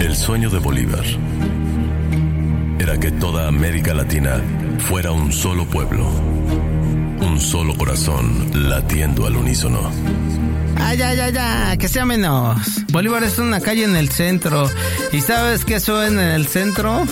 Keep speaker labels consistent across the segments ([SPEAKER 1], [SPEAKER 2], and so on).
[SPEAKER 1] El sueño de Bolívar era que toda América Latina fuera un solo pueblo, un solo corazón latiendo al unísono.
[SPEAKER 2] Ay, ay, ay, ay, que sea menos. Bolívar es una calle en el centro. ¿Y sabes qué suena en el centro?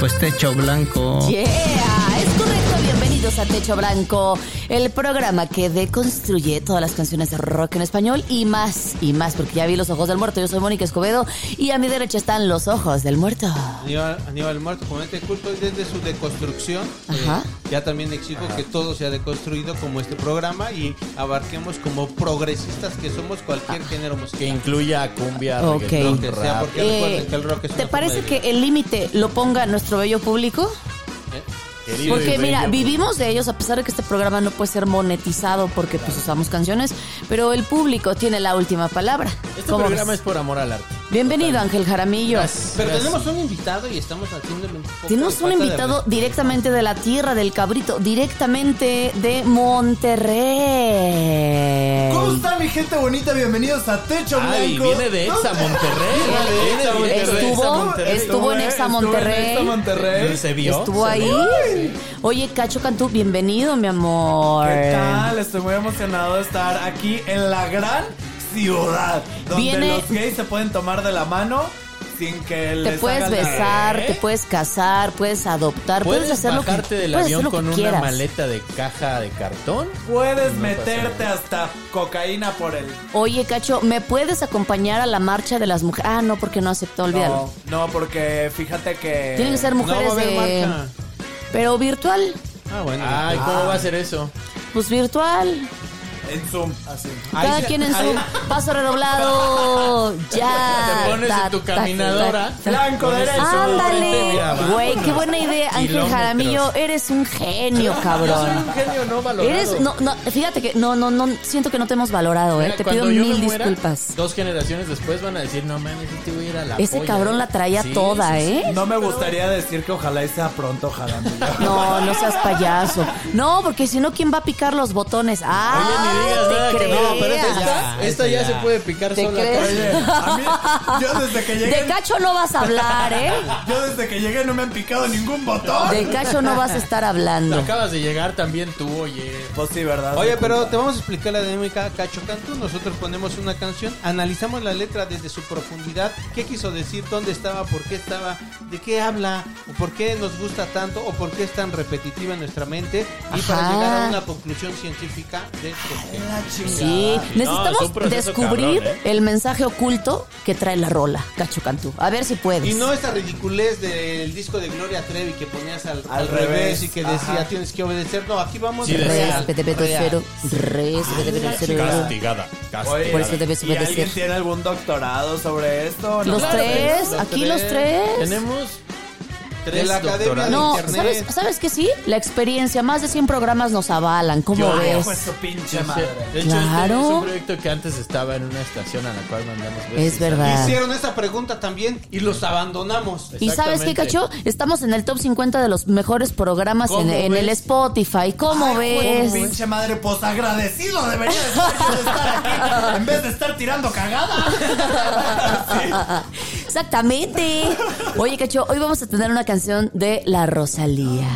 [SPEAKER 2] Pues techo blanco.
[SPEAKER 3] Yeah, es correcto. Bienvenidos a Techo Blanco, el programa que deconstruye todas las canciones de rock en español y más, y más, porque ya vi los ojos del muerto. Yo soy Mónica Escobedo y a mi derecha están los ojos del muerto.
[SPEAKER 4] Aníbal, Aníbal Muerto, como este culto es desde su deconstrucción. eh,
[SPEAKER 3] Ajá.
[SPEAKER 4] ya también exijo que todo sea deconstruido como este programa y abarquemos como progresistas que somos
[SPEAKER 3] Ah.
[SPEAKER 4] cualquier género
[SPEAKER 5] que
[SPEAKER 4] musical.
[SPEAKER 5] incluya cumbia,
[SPEAKER 3] Ok.
[SPEAKER 5] reggaetón,
[SPEAKER 4] Que
[SPEAKER 5] rap.
[SPEAKER 4] sea, porque
[SPEAKER 3] Eh,
[SPEAKER 4] recuerden que el rock es
[SPEAKER 3] ¿Te
[SPEAKER 4] una
[SPEAKER 3] parece
[SPEAKER 4] forma de
[SPEAKER 3] que el límite lo ponga nuestro bello público?
[SPEAKER 4] vida, ¿eh?
[SPEAKER 5] Querido y
[SPEAKER 3] Porque
[SPEAKER 5] bello.
[SPEAKER 4] pues.
[SPEAKER 3] mira, vivimos de ellos, a pesar de que este programa no puede ser monetizado porque pues usamos canciones, pero el público tiene la última palabra.
[SPEAKER 5] Este
[SPEAKER 3] ¿Cómo
[SPEAKER 5] programa
[SPEAKER 3] ves?
[SPEAKER 5] es por amor al arte.
[SPEAKER 3] Bienvenido Ángel Jaramillo.
[SPEAKER 4] Pero tenemos un invitado y estamos haciendo un poco
[SPEAKER 3] Tenemos
[SPEAKER 4] de
[SPEAKER 3] un
[SPEAKER 4] falta de
[SPEAKER 3] invitado
[SPEAKER 4] respeto.
[SPEAKER 3] directamente de la tierra del cabrito, directamente de Monterrey.
[SPEAKER 6] ¿Cómo está mi gente bonita? Bienvenidos a Techo Blanco.
[SPEAKER 5] Ay, viene de Exa Monterrey. Viene de Monterrey, Exa
[SPEAKER 3] Estuvo,
[SPEAKER 5] Monterrey.
[SPEAKER 3] estuvo en Exa Monterrey.
[SPEAKER 5] ¿Se vio?
[SPEAKER 3] Estuvo ahí. Oye, Cacho Cantú, bienvenido, mi amor.
[SPEAKER 6] ¿Qué tal? Estoy muy emocionado de estar aquí en la gran ciudad donde
[SPEAKER 3] Viene-
[SPEAKER 6] los gays se pueden tomar de la mano sin que
[SPEAKER 3] Te
[SPEAKER 6] les
[SPEAKER 3] puedes
[SPEAKER 6] hagan nada.
[SPEAKER 3] besar,
[SPEAKER 5] ¿Eh?
[SPEAKER 3] te puedes casar, puedes adoptar, puedes,
[SPEAKER 5] Puedes
[SPEAKER 3] hacer lo que
[SPEAKER 5] bajarte del
[SPEAKER 3] puedes hacer
[SPEAKER 5] avión
[SPEAKER 3] lo que
[SPEAKER 5] con una
[SPEAKER 3] quieras.
[SPEAKER 5] maleta de caja de cartón.
[SPEAKER 6] Puedes meterte hasta cocaína por el.
[SPEAKER 3] Oye, Cacho, ¿me puedes acompañar a la marcha de las mujeres? Ah, no, porque no aceptó, olvídalo.
[SPEAKER 6] No, no, porque fíjate que.
[SPEAKER 3] Tienen que ser
[SPEAKER 4] No va a
[SPEAKER 3] mujeres
[SPEAKER 4] haber
[SPEAKER 3] de-
[SPEAKER 4] marcha.
[SPEAKER 3] Pero virtual,
[SPEAKER 4] Ah, bueno.
[SPEAKER 5] Ay, ¿cómo va a ser eso?
[SPEAKER 3] pues virtual.
[SPEAKER 6] En Zoom, así.
[SPEAKER 4] Ahí
[SPEAKER 3] Cada
[SPEAKER 4] se-
[SPEAKER 3] quien en su
[SPEAKER 4] ahí-
[SPEAKER 3] paso redoblado. Ya.
[SPEAKER 5] Te pones en
[SPEAKER 3] Ta,
[SPEAKER 5] tu
[SPEAKER 3] ta, ta,
[SPEAKER 5] caminadora.
[SPEAKER 3] ta.
[SPEAKER 6] Blanco derecho.
[SPEAKER 5] frente,
[SPEAKER 3] Ándale.
[SPEAKER 5] mira, vámonos.
[SPEAKER 3] Güey, qué buena idea. Ángel
[SPEAKER 5] Kilómetros.
[SPEAKER 3] Jaramillo, eres un genio, cabrón.
[SPEAKER 5] Un genio no valorado.
[SPEAKER 3] Eres, no, no, fíjate que no, no, no, siento que no te hemos valorado, eh.
[SPEAKER 5] Mira,
[SPEAKER 3] Te pido
[SPEAKER 5] cuando yo me
[SPEAKER 3] mil
[SPEAKER 5] muera,
[SPEAKER 3] disculpas.
[SPEAKER 5] Dos generaciones después van a decir, no mames, este güey era la
[SPEAKER 3] Ese
[SPEAKER 5] polla,
[SPEAKER 3] cabrón
[SPEAKER 5] ¿eh?"
[SPEAKER 3] la traía
[SPEAKER 5] Sí,
[SPEAKER 3] toda,
[SPEAKER 5] sí, sí.
[SPEAKER 3] ¿eh?
[SPEAKER 6] No me gustaría decir que ojalá y sea pronto, ojalá.
[SPEAKER 3] No, no seas payaso. No, porque si no, ¿quién va a picar los botones? Ah,
[SPEAKER 5] Oye, ni digas nada
[SPEAKER 3] te
[SPEAKER 5] que no, pero
[SPEAKER 3] creas.
[SPEAKER 5] esta,
[SPEAKER 3] Ya,
[SPEAKER 5] esta, ya, se puede picar
[SPEAKER 3] ¿Te
[SPEAKER 5] sola.
[SPEAKER 3] crees?
[SPEAKER 6] Oye, a mí, yo desde que llegué.
[SPEAKER 3] De cacho no vas a hablar, ¿eh?
[SPEAKER 6] Yo desde que llegué no me han picado ningún botón.
[SPEAKER 3] De cacho no vas a estar hablando.
[SPEAKER 5] Acabas de llegar también tú, oye.
[SPEAKER 6] Pues sí, ¿verdad?
[SPEAKER 4] Oye, pero te vamos a explicar la dinámica Cacho Cantú. Nosotros ponemos una canción, analizamos la letra desde su profundidad, qué quiso decir, dónde estaba, por qué estaba, de qué habla, o por qué nos gusta tanto, o por qué es tan repetitiva en nuestra mente, y para
[SPEAKER 3] Ajá.
[SPEAKER 4] llegar a una conclusión científica de por qué.
[SPEAKER 2] Ah.
[SPEAKER 3] Sí,
[SPEAKER 5] No, es
[SPEAKER 3] necesitamos
[SPEAKER 5] un proceso
[SPEAKER 3] descubrir
[SPEAKER 5] cabrón, ¿eh?
[SPEAKER 3] el mensaje oculto que trae la rola, Cacho Cantú. A ver si puedes.
[SPEAKER 4] Y no esta ridiculez del disco de Gloria Trevi que ponías al, al
[SPEAKER 6] Al
[SPEAKER 4] revés,
[SPEAKER 6] revés,
[SPEAKER 4] y que decía
[SPEAKER 6] ajá.
[SPEAKER 4] tienes que obedecer. No, aquí vamos
[SPEAKER 5] Sí,
[SPEAKER 4] real,
[SPEAKER 3] Respete, peto
[SPEAKER 4] real.
[SPEAKER 3] cero. Respete, peto cero.
[SPEAKER 5] Castigada,
[SPEAKER 6] Oye,
[SPEAKER 3] Por eso te ves
[SPEAKER 6] ¿y
[SPEAKER 3] obedecer.
[SPEAKER 6] alguien tiene algún doctorado sobre esto?
[SPEAKER 3] Los
[SPEAKER 6] Claro.
[SPEAKER 3] tres, aquí los tres.
[SPEAKER 5] Tenemos
[SPEAKER 4] De la Academia de
[SPEAKER 3] No,
[SPEAKER 4] Internet.
[SPEAKER 3] ¿sabes, ¿sabes que sí? La experiencia, más de 100 programas nos avalan, ¿cómo ves?
[SPEAKER 6] Pues su pinche
[SPEAKER 5] Yo sé.
[SPEAKER 6] madre.
[SPEAKER 5] De hecho,
[SPEAKER 3] Claro.
[SPEAKER 5] este es un proyecto que antes estaba en una estación a la cual mandamos besos.
[SPEAKER 3] Es
[SPEAKER 5] y
[SPEAKER 3] verdad.
[SPEAKER 4] Hicieron esta pregunta también y los abandonamos.
[SPEAKER 3] y sabes qué, Cacho? Estamos en el top 50 de los mejores programas en,
[SPEAKER 5] ¿Cómo
[SPEAKER 3] en el
[SPEAKER 5] ves?
[SPEAKER 3] Spotify. ¿Cómo
[SPEAKER 6] Pues,
[SPEAKER 3] ves?
[SPEAKER 6] pinche madre, pues agradecido debería de estar yo de estar aquí en vez de estar tirando cagada.
[SPEAKER 3] Exactamente. Oye, Cacho, hoy vamos a tener una canción de La Rosalía.
[SPEAKER 6] Sí.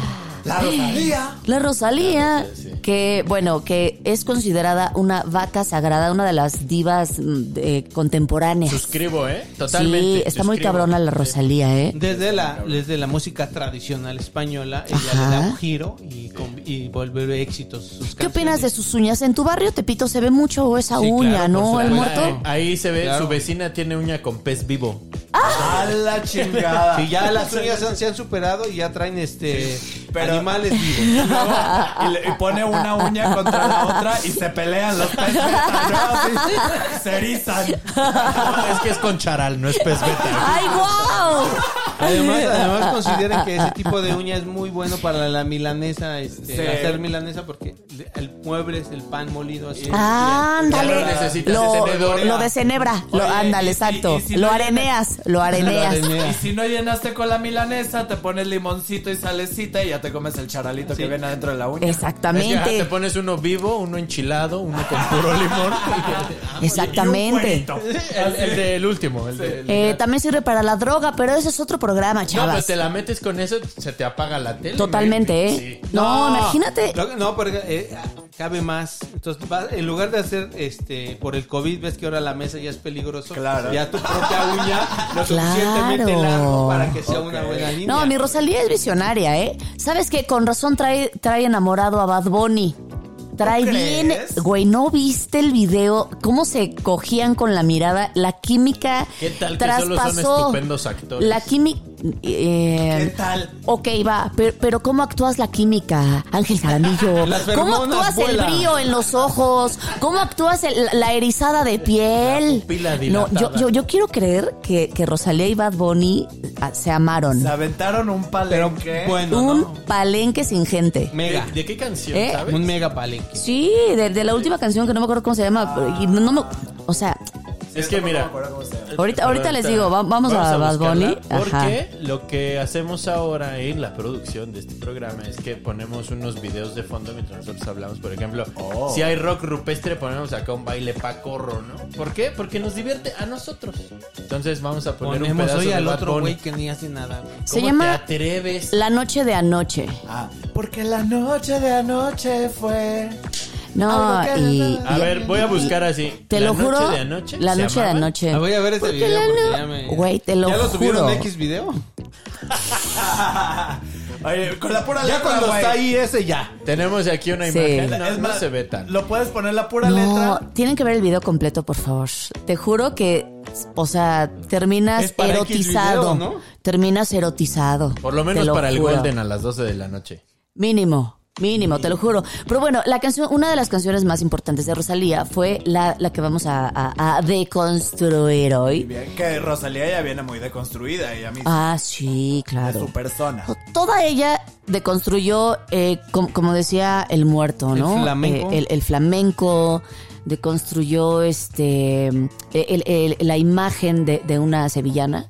[SPEAKER 6] La Rosalía.
[SPEAKER 3] La Rosalía,
[SPEAKER 5] sí, sí.
[SPEAKER 3] que bueno, que es considerada una vaca sagrada, una de las divas mm, eh, contemporáneas.
[SPEAKER 5] Suscribo, ¿eh? Totalmente.
[SPEAKER 3] sí, está muy
[SPEAKER 5] suscribo.
[SPEAKER 3] cabrona la
[SPEAKER 5] Sí.
[SPEAKER 3] Rosalía, ¿eh?
[SPEAKER 4] Desde la, desde la música tradicional española, ella
[SPEAKER 3] Ajá.
[SPEAKER 4] le da un giro y, con- y vuelve éxitos sus
[SPEAKER 3] ¿Qué opinas de
[SPEAKER 4] canciones.
[SPEAKER 3] sus uñas? En tu barrio, Tepito, se ve mucho esa
[SPEAKER 4] Sí, claro,
[SPEAKER 3] uña,
[SPEAKER 4] por
[SPEAKER 3] ¿no? El
[SPEAKER 4] supuesto.
[SPEAKER 3] muerto.
[SPEAKER 5] Ahí, ahí se ve,
[SPEAKER 4] Claro.
[SPEAKER 5] su vecina tiene uña con pez vivo.
[SPEAKER 6] A la chingada.
[SPEAKER 4] Sí, ya las uñas han- se han superado y ya traen este
[SPEAKER 6] Pero-
[SPEAKER 4] animales vivos.
[SPEAKER 6] Luego, y, le- y pone una uña contra la otra y se pelean los peces. ¿no? Así, se erizan.
[SPEAKER 5] es que es con charal, no es pez beta.
[SPEAKER 3] ¡Ay, wow!
[SPEAKER 4] Además, además consideran que ese tipo de uña es muy bueno para la milanesa, este,
[SPEAKER 6] Sí.
[SPEAKER 4] hacer milanesa porque le- el mueble es el pan molido así.
[SPEAKER 3] Ándale.
[SPEAKER 5] Ya lo necesitas,
[SPEAKER 3] Lo,
[SPEAKER 5] ese tenedor.
[SPEAKER 3] lo desenebra. Lo,
[SPEAKER 6] Oye,
[SPEAKER 3] ándale,
[SPEAKER 6] y-
[SPEAKER 3] exacto.
[SPEAKER 6] y- y si
[SPEAKER 3] lo
[SPEAKER 6] no
[SPEAKER 3] areneas, lo areneas.
[SPEAKER 4] Lo arenea.
[SPEAKER 6] Y si no llenaste con la milanesa, te pones limoncito y salecita y ya te comes el charalito que viene adentro de la uña.
[SPEAKER 5] Es que, ajá,
[SPEAKER 3] Exactamente.
[SPEAKER 5] te pones uno vivo, uno enchilado, uno con puro limón.
[SPEAKER 3] Exactamente.
[SPEAKER 5] el, el del último, el del-
[SPEAKER 3] Eh, también sirve para la droga, pero eso es otro programa,
[SPEAKER 5] No, pues
[SPEAKER 3] chavas.
[SPEAKER 5] te la metes con eso, se te apaga la tele.
[SPEAKER 3] Totalmente,
[SPEAKER 5] imagínate.
[SPEAKER 3] ¿eh?
[SPEAKER 5] Sí.
[SPEAKER 3] No, imagínate.
[SPEAKER 4] Lo- no, pero eh, cabe más. Entonces, va- en lugar de hacer este por el COVID, ves que ahora la mesa ya es peligroso.
[SPEAKER 6] Claro.
[SPEAKER 4] Ya tu propia uña lo
[SPEAKER 3] Claro.
[SPEAKER 4] suficientemente largo para que sea una buena línea.
[SPEAKER 3] No, mi Rosalía es visionaria, ¿eh? ¿Sabes qué? Con razón trae, trae enamorado a Bad Bunny. Trae
[SPEAKER 6] ¿Tú
[SPEAKER 3] bien.
[SPEAKER 6] crees?
[SPEAKER 3] Güey, ¿no viste el video? ¿Cómo se cogían con la mirada? La química
[SPEAKER 5] ¿Qué tal que solo son
[SPEAKER 3] traspasó.
[SPEAKER 5] estupendos actores?
[SPEAKER 3] La química.
[SPEAKER 6] ¿Qué tal?
[SPEAKER 3] Ok, va, pero, pero ¿cómo actúas la química, Ángel Jaramillo?
[SPEAKER 4] Las
[SPEAKER 3] ¿Cómo
[SPEAKER 4] feromonas
[SPEAKER 3] actúas
[SPEAKER 4] vuelan.
[SPEAKER 3] el brillo en los ojos? ¿Cómo actúas el- la erizada de piel?
[SPEAKER 5] La pupila
[SPEAKER 3] no,
[SPEAKER 5] dilatada.
[SPEAKER 3] yo, yo, yo quiero creer que, que Rosalía y Bad Bunny ah, se amaron.
[SPEAKER 6] Se aventaron un
[SPEAKER 4] Pero
[SPEAKER 6] palenque.
[SPEAKER 4] bueno,
[SPEAKER 3] Un
[SPEAKER 4] ¿no?
[SPEAKER 3] palenque sin gente.
[SPEAKER 4] Mega.
[SPEAKER 5] ¿De, de qué canción,
[SPEAKER 3] ¿Eh?
[SPEAKER 5] sabes?
[SPEAKER 4] Un mega palenque.
[SPEAKER 3] Sí, de, de la última canción que no me acuerdo cómo se llama. pero- y no, no me- o sea,
[SPEAKER 5] Es que mira,
[SPEAKER 3] ahorita, ahorita les digo, va- vamos, a, Bad
[SPEAKER 5] buscarla,
[SPEAKER 3] Bunny. Ajá.
[SPEAKER 5] Porque lo que hacemos ahora en la producción de este programa es que ponemos unos videos de fondo mientras nosotros hablamos. Por ejemplo,
[SPEAKER 4] Oh.
[SPEAKER 5] si hay rock rupestre, ponemos acá un baile pacorro, ¿no? ¿Por qué? Porque nos divierte a nosotros. Entonces vamos a poner un
[SPEAKER 4] Ponemos
[SPEAKER 5] pedazo
[SPEAKER 4] hoy
[SPEAKER 5] de
[SPEAKER 4] al
[SPEAKER 5] Bad
[SPEAKER 4] otro
[SPEAKER 5] Bunny.
[SPEAKER 4] güey que ni hace nada. güey.
[SPEAKER 3] Se
[SPEAKER 5] ¿Cómo
[SPEAKER 3] llama-
[SPEAKER 5] te Ah. atreves?
[SPEAKER 3] La noche de anoche.
[SPEAKER 6] porque la noche de anoche fue.
[SPEAKER 3] No,
[SPEAKER 6] Algo que-
[SPEAKER 3] y.
[SPEAKER 5] A
[SPEAKER 3] y-
[SPEAKER 5] ver, voy a buscar así.
[SPEAKER 3] Te
[SPEAKER 5] ¿La
[SPEAKER 3] lo juro.
[SPEAKER 5] Noche de anoche,
[SPEAKER 3] La
[SPEAKER 5] ¿Se
[SPEAKER 3] noche de
[SPEAKER 5] llamaban?
[SPEAKER 3] anoche.
[SPEAKER 4] Ah, voy a ver ese
[SPEAKER 3] Porque
[SPEAKER 4] video
[SPEAKER 3] la
[SPEAKER 4] porque
[SPEAKER 3] no-
[SPEAKER 4] ya me-
[SPEAKER 3] Güey, te lo
[SPEAKER 4] ¿Ya lo subieron
[SPEAKER 3] juro.
[SPEAKER 4] en X video?
[SPEAKER 6] Oye, con la pura
[SPEAKER 4] Ya
[SPEAKER 6] letra,
[SPEAKER 4] cuando
[SPEAKER 6] güey.
[SPEAKER 4] está ahí ese ya.
[SPEAKER 5] Ah, Tenemos aquí una
[SPEAKER 3] Sí.
[SPEAKER 5] imagen. No,
[SPEAKER 6] Es
[SPEAKER 5] no
[SPEAKER 6] más,
[SPEAKER 5] se ve tan.
[SPEAKER 6] Lo puedes poner la pura
[SPEAKER 3] No,
[SPEAKER 6] letra.
[SPEAKER 3] tienen que ver el video completo, por favor. Te juro que, o sea, terminas
[SPEAKER 4] Es para
[SPEAKER 3] erotizado.
[SPEAKER 4] X video, ¿no?
[SPEAKER 3] Terminas erotizado.
[SPEAKER 5] Por lo
[SPEAKER 3] Te
[SPEAKER 5] menos para el
[SPEAKER 3] juro.
[SPEAKER 5] Golden a las 12 de la noche.
[SPEAKER 3] Mínimo, mínimo, te lo juro. Pero bueno, la canción, una de las canciones más importantes de Rosalía fue la, la que vamos a, a- a deconstruir
[SPEAKER 6] Y
[SPEAKER 3] hoy.
[SPEAKER 6] bien, que Rosalía ya viene muy deconstruida ella misma.
[SPEAKER 3] Ah, Pues, sí,
[SPEAKER 6] de
[SPEAKER 3] claro.
[SPEAKER 6] su persona.
[SPEAKER 3] Toda ella deconstruyó, eh, com- como decía el muerto,
[SPEAKER 4] El
[SPEAKER 3] ¿no?
[SPEAKER 4] flamenco.
[SPEAKER 3] Eh, el, el flamenco deconstruyó este el- el- el- la imagen de, de una sevillana,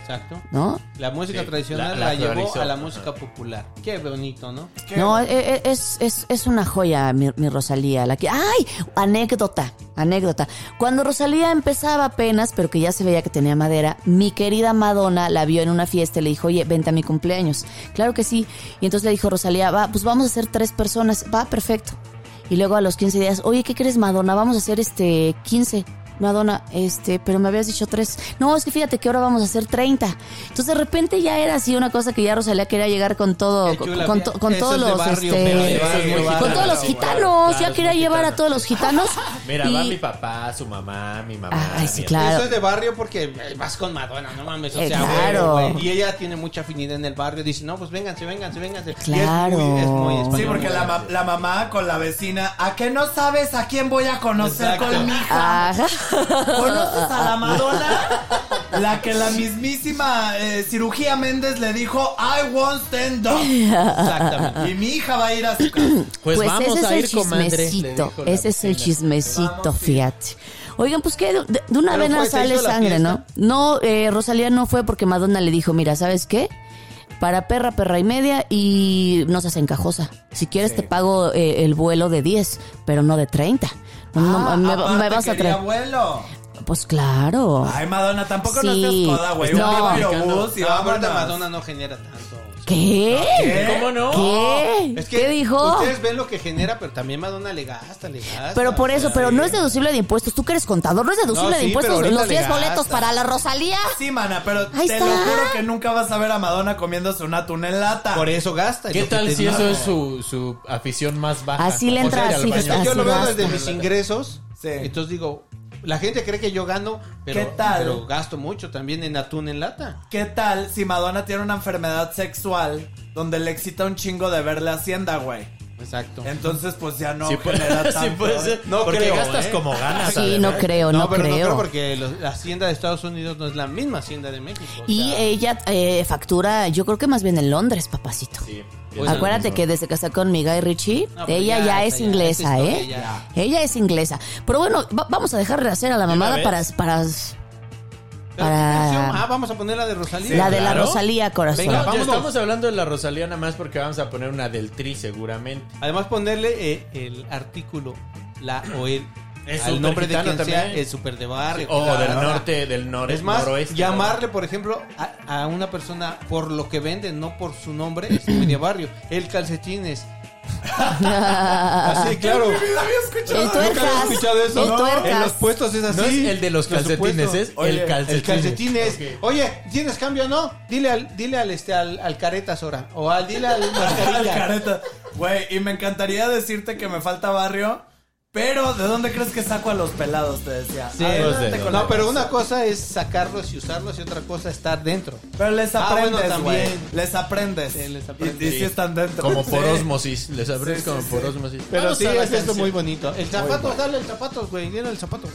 [SPEAKER 4] Exacto.
[SPEAKER 3] ¿no?
[SPEAKER 4] La música
[SPEAKER 5] Sí,
[SPEAKER 4] tradicional la,
[SPEAKER 5] la- la
[SPEAKER 4] llevó
[SPEAKER 5] actualizó.
[SPEAKER 4] a la música popular. Qué bonito, ¿no?
[SPEAKER 3] No, eh, eh, es, es, es una joya, mi, mi Rosalía. La que, ¡Ay! Anécdota, anécdota. Cuando Rosalía empezaba apenas, pero que ya se veía que tenía madera, mi querida Madonna la vio en una fiesta y le dijo, oye, vente a mi cumpleaños. Claro que sí. Y entonces le dijo Rosalía, va, pues vamos a ser tres personas. Va, perfecto. Y luego a los 15 días, oye, ¿qué crees, Madonna? Vamos a hacer este 15. Madonna, este, pero me habías dicho tres. No, es que fíjate que ahora vamos a hacer 30. Entonces de repente ya era así una cosa que ya Rosalía quería llegar con todo,
[SPEAKER 4] Qué
[SPEAKER 3] con,
[SPEAKER 4] chula,
[SPEAKER 3] con
[SPEAKER 4] mira.
[SPEAKER 3] to- con
[SPEAKER 4] Eso
[SPEAKER 3] todos
[SPEAKER 4] es de
[SPEAKER 3] los
[SPEAKER 4] barrio,
[SPEAKER 3] este,
[SPEAKER 4] pero de
[SPEAKER 5] Eso es muy
[SPEAKER 4] barrio,
[SPEAKER 5] gitano,
[SPEAKER 3] con todos los
[SPEAKER 5] sí,
[SPEAKER 3] gitanos,
[SPEAKER 5] claro, claro,
[SPEAKER 3] ya
[SPEAKER 5] es
[SPEAKER 3] quería
[SPEAKER 5] muy
[SPEAKER 3] llevar a
[SPEAKER 5] gitano.
[SPEAKER 3] todos los gitanos.
[SPEAKER 5] Mira,
[SPEAKER 3] y-
[SPEAKER 5] va mi papá, su mamá, mi mamá.
[SPEAKER 3] Ay, sí,
[SPEAKER 5] mi-
[SPEAKER 3] claro.
[SPEAKER 4] Eso es de barrio porque eh, vas con Madonna, no mames. O
[SPEAKER 3] Eh,
[SPEAKER 4] sea, güey,
[SPEAKER 3] claro.
[SPEAKER 4] güey. Y ella tiene mucha afinidad en el barrio. Dice, no, pues vénganse, vénganse, vénganse. Y es muy-
[SPEAKER 3] Claro.
[SPEAKER 4] es muy español.
[SPEAKER 6] Sí, porque la, ma- la mamá con la vecina, ¿a qué no sabes a quién voy a conocer
[SPEAKER 4] Exacto.
[SPEAKER 6] con mi hija?
[SPEAKER 3] Ajá.
[SPEAKER 6] ¿Conoces a la Madonna? La que la mismísima eh, cirugía Méndez le dijo, I want stand up.
[SPEAKER 4] Exactamente.
[SPEAKER 6] Y mi hija va a ir a su casa.
[SPEAKER 5] Pues, vamos
[SPEAKER 3] ese
[SPEAKER 5] a
[SPEAKER 3] es
[SPEAKER 5] ir,
[SPEAKER 3] el
[SPEAKER 5] comadre.
[SPEAKER 3] chismecito,
[SPEAKER 4] dijo la
[SPEAKER 3] ese es el
[SPEAKER 4] vecina.
[SPEAKER 3] chismecito, fíjate. Oigan, pues que de, de una
[SPEAKER 4] Pero
[SPEAKER 3] vena
[SPEAKER 4] fue, ¿se
[SPEAKER 3] sale
[SPEAKER 4] hizo la
[SPEAKER 3] sangre, ¿no?
[SPEAKER 4] fiesta?
[SPEAKER 3] No, eh, Rosalía no fue porque Madonna le dijo, mira, ¿sabes qué? Para perra, perra y media y no seas encajosa. Si quieres te pago eh, el vuelo de 10, pero no de 30. No,
[SPEAKER 6] Ah,
[SPEAKER 3] me,
[SPEAKER 6] aparte
[SPEAKER 3] me vas a
[SPEAKER 6] quería
[SPEAKER 3] traer.
[SPEAKER 6] abuelo.
[SPEAKER 3] Pues claro.
[SPEAKER 6] Ay, Madonna, tampoco no
[SPEAKER 3] Sí. Pues
[SPEAKER 6] seas coda, güey.
[SPEAKER 3] No.
[SPEAKER 6] Un microbús y
[SPEAKER 4] No,
[SPEAKER 6] vámonos. ¿Eh?
[SPEAKER 4] aparte Ah, Madonna no genera tanto.
[SPEAKER 3] ¿Qué?
[SPEAKER 6] ¿Qué?
[SPEAKER 5] ¿Cómo no?
[SPEAKER 3] ¿Qué?
[SPEAKER 4] Es que
[SPEAKER 3] ¿Qué dijo?
[SPEAKER 4] Ustedes ven lo que genera, pero también Madonna le gasta, le gasta.
[SPEAKER 3] Pero por
[SPEAKER 4] o
[SPEAKER 3] eso,
[SPEAKER 4] sea,
[SPEAKER 3] pero no es deducible de impuestos. Tú que eres contador, no es deducible
[SPEAKER 4] No,
[SPEAKER 3] de
[SPEAKER 4] sí, pero
[SPEAKER 3] impuestos
[SPEAKER 4] ahorita
[SPEAKER 3] los
[SPEAKER 4] le
[SPEAKER 3] 10 boletos
[SPEAKER 4] gastas.
[SPEAKER 3] para la Rosalía.
[SPEAKER 6] Sí, mana, pero
[SPEAKER 3] Ahí
[SPEAKER 6] te
[SPEAKER 3] está.
[SPEAKER 6] lo juro que nunca vas a ver a Madonna comiéndose una tuna en lata.
[SPEAKER 4] Por eso gasta. es
[SPEAKER 5] ¿Qué
[SPEAKER 4] lo que
[SPEAKER 5] tal
[SPEAKER 4] te
[SPEAKER 5] si
[SPEAKER 4] digo.
[SPEAKER 5] eso es su, su afición más baja?
[SPEAKER 3] Así le
[SPEAKER 5] O
[SPEAKER 3] entra,
[SPEAKER 5] sea, ir al
[SPEAKER 3] así,
[SPEAKER 5] baño.
[SPEAKER 4] Es que yo
[SPEAKER 3] así
[SPEAKER 4] lo veo
[SPEAKER 3] gasta.
[SPEAKER 4] desde mis ingresos.
[SPEAKER 6] Sí.
[SPEAKER 4] Entonces digo, la gente cree que yo gano, pero,
[SPEAKER 6] ¿Qué tal?
[SPEAKER 4] pero gasto mucho también en atún en lata.
[SPEAKER 6] ¿Qué tal si Madonna tiene una enfermedad sexual donde le excita un chingo de verle hacienda, güey?
[SPEAKER 4] Exacto.
[SPEAKER 6] Entonces, pues ya no
[SPEAKER 5] Sí puede-
[SPEAKER 6] genera
[SPEAKER 5] sí
[SPEAKER 6] tanto.
[SPEAKER 5] puede ser.
[SPEAKER 6] No
[SPEAKER 5] Porque
[SPEAKER 6] creo,
[SPEAKER 5] gastas
[SPEAKER 6] ¿eh?
[SPEAKER 5] como ganas.
[SPEAKER 3] Sí, no
[SPEAKER 5] además.
[SPEAKER 3] creo, no,
[SPEAKER 4] pero ¿eh? no creo
[SPEAKER 3] creo.
[SPEAKER 4] porque los- la hacienda de Estados Unidos no es la misma hacienda de México. o
[SPEAKER 3] Y
[SPEAKER 4] sea,
[SPEAKER 3] ella eh, factura, yo creo que más bien en Londres, papacito.
[SPEAKER 5] Sí.
[SPEAKER 4] Pues,
[SPEAKER 3] Acuérdate que desde que está con mi Guy Ritchie,
[SPEAKER 4] No, pero
[SPEAKER 3] ella ya,
[SPEAKER 4] ya,
[SPEAKER 3] es
[SPEAKER 4] esa ya,
[SPEAKER 3] inglesa,
[SPEAKER 4] esa historia
[SPEAKER 3] ¿eh?
[SPEAKER 4] ya.
[SPEAKER 3] Ella es inglesa. Pero bueno, va- vamos a dejar de hacer a la mamada
[SPEAKER 5] vez?
[SPEAKER 3] para, para
[SPEAKER 4] ¿pero qué
[SPEAKER 3] para-
[SPEAKER 4] canción? Ah, vamos a poner la de Rosalía.
[SPEAKER 3] la de la
[SPEAKER 5] claro.
[SPEAKER 3] Rosalía, corazón.
[SPEAKER 5] Venga, ya
[SPEAKER 4] vámonos.
[SPEAKER 5] estamos hablando de la Rosalía nada más porque vamos a poner una del Tri seguramente.
[SPEAKER 4] Además ponerle eh, el artículo, la o el,
[SPEAKER 5] Es
[SPEAKER 4] al
[SPEAKER 5] súper
[SPEAKER 4] nombre de
[SPEAKER 5] gitano
[SPEAKER 4] quien sea,
[SPEAKER 5] también.
[SPEAKER 4] el super de barrio.
[SPEAKER 5] O
[SPEAKER 4] la-
[SPEAKER 5] del
[SPEAKER 4] la-
[SPEAKER 5] norte, del noreste.
[SPEAKER 4] Es más,
[SPEAKER 5] noroeste,
[SPEAKER 4] llamarle, por ejemplo, a, a una persona por lo que vende, no por su nombre, es muy de barrio. El calcetines. así, claro.
[SPEAKER 3] el
[SPEAKER 4] Nunca había
[SPEAKER 3] tuercas.
[SPEAKER 4] escuchado eso. ¿no?
[SPEAKER 3] el
[SPEAKER 4] En los
[SPEAKER 3] tuercas.
[SPEAKER 4] puestos es así.
[SPEAKER 5] No es el de los calcetines,
[SPEAKER 4] supuestos.
[SPEAKER 5] es el
[SPEAKER 4] Oye,
[SPEAKER 5] calcetines.
[SPEAKER 4] calcetines.
[SPEAKER 5] Ok.
[SPEAKER 4] Oye, ¿tienes cambio o no? Dile al, dile al este al, al caretas ahora. O al dile al
[SPEAKER 6] Al
[SPEAKER 4] mascarilla.
[SPEAKER 6] careta. Güey, y me encantaría decirte que me falta barrio, pero ¿de dónde crees que saco a los pelados? Te decía.
[SPEAKER 4] Sí.
[SPEAKER 6] Adelante
[SPEAKER 5] los pues, de-
[SPEAKER 6] con
[SPEAKER 4] Ah, No,
[SPEAKER 6] la-
[SPEAKER 4] pero una cosa es sacarlos y usarlos y otra cosa es estar dentro.
[SPEAKER 6] Pero les
[SPEAKER 4] Ah, bueno,
[SPEAKER 6] aprendes, güey.
[SPEAKER 4] también.
[SPEAKER 6] les aprendes.
[SPEAKER 4] Sí, les
[SPEAKER 6] aprendes. Y, y
[SPEAKER 4] aprendes.
[SPEAKER 6] sí están dentro.
[SPEAKER 5] Como por
[SPEAKER 6] Sí.
[SPEAKER 5] osmosis. Les abres
[SPEAKER 6] Sí, sí,
[SPEAKER 5] como
[SPEAKER 6] sí.
[SPEAKER 5] por osmosis.
[SPEAKER 4] Pero
[SPEAKER 5] Vamos
[SPEAKER 4] sí,
[SPEAKER 5] a
[SPEAKER 4] es
[SPEAKER 5] la
[SPEAKER 4] esto
[SPEAKER 5] canción.
[SPEAKER 4] muy bonito. El zapato, dale el zapato, güey. Dile el zapato.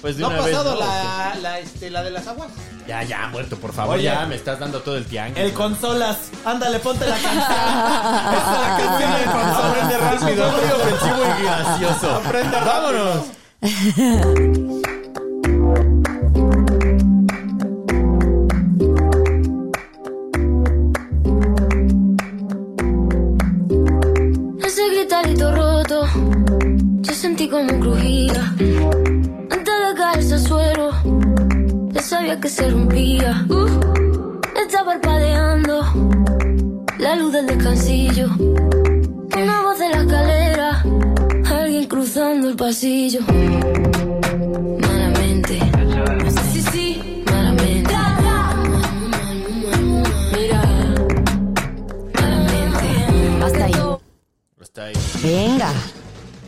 [SPEAKER 5] Pues de
[SPEAKER 4] No ha
[SPEAKER 5] una vez,
[SPEAKER 4] pasado
[SPEAKER 5] ¿no?
[SPEAKER 4] la, la, este, la de las aguas.
[SPEAKER 5] Ya, ya, muerto, por favor.
[SPEAKER 6] Oye.
[SPEAKER 5] ya me estás dando todo el tianguis.
[SPEAKER 6] El consolas. Ándale, ponte la canción. Esta es la canción del consolas de rápido.
[SPEAKER 5] muy ofensivo y gracioso. Vámonos.
[SPEAKER 7] Ese gritarito roto, yo sentí como crujía. Antes de caerse al suelo, ya sabía que se rompía. Uh, está parpadeando la luz del descansillo. Una voz de la escalera, alguien cruzando el pasillo. Malamente, sí, sí, malamente. Mira, malamente.
[SPEAKER 3] Hasta ahí.
[SPEAKER 5] Está ahí.
[SPEAKER 3] Venga.
[SPEAKER 6] ¿Qué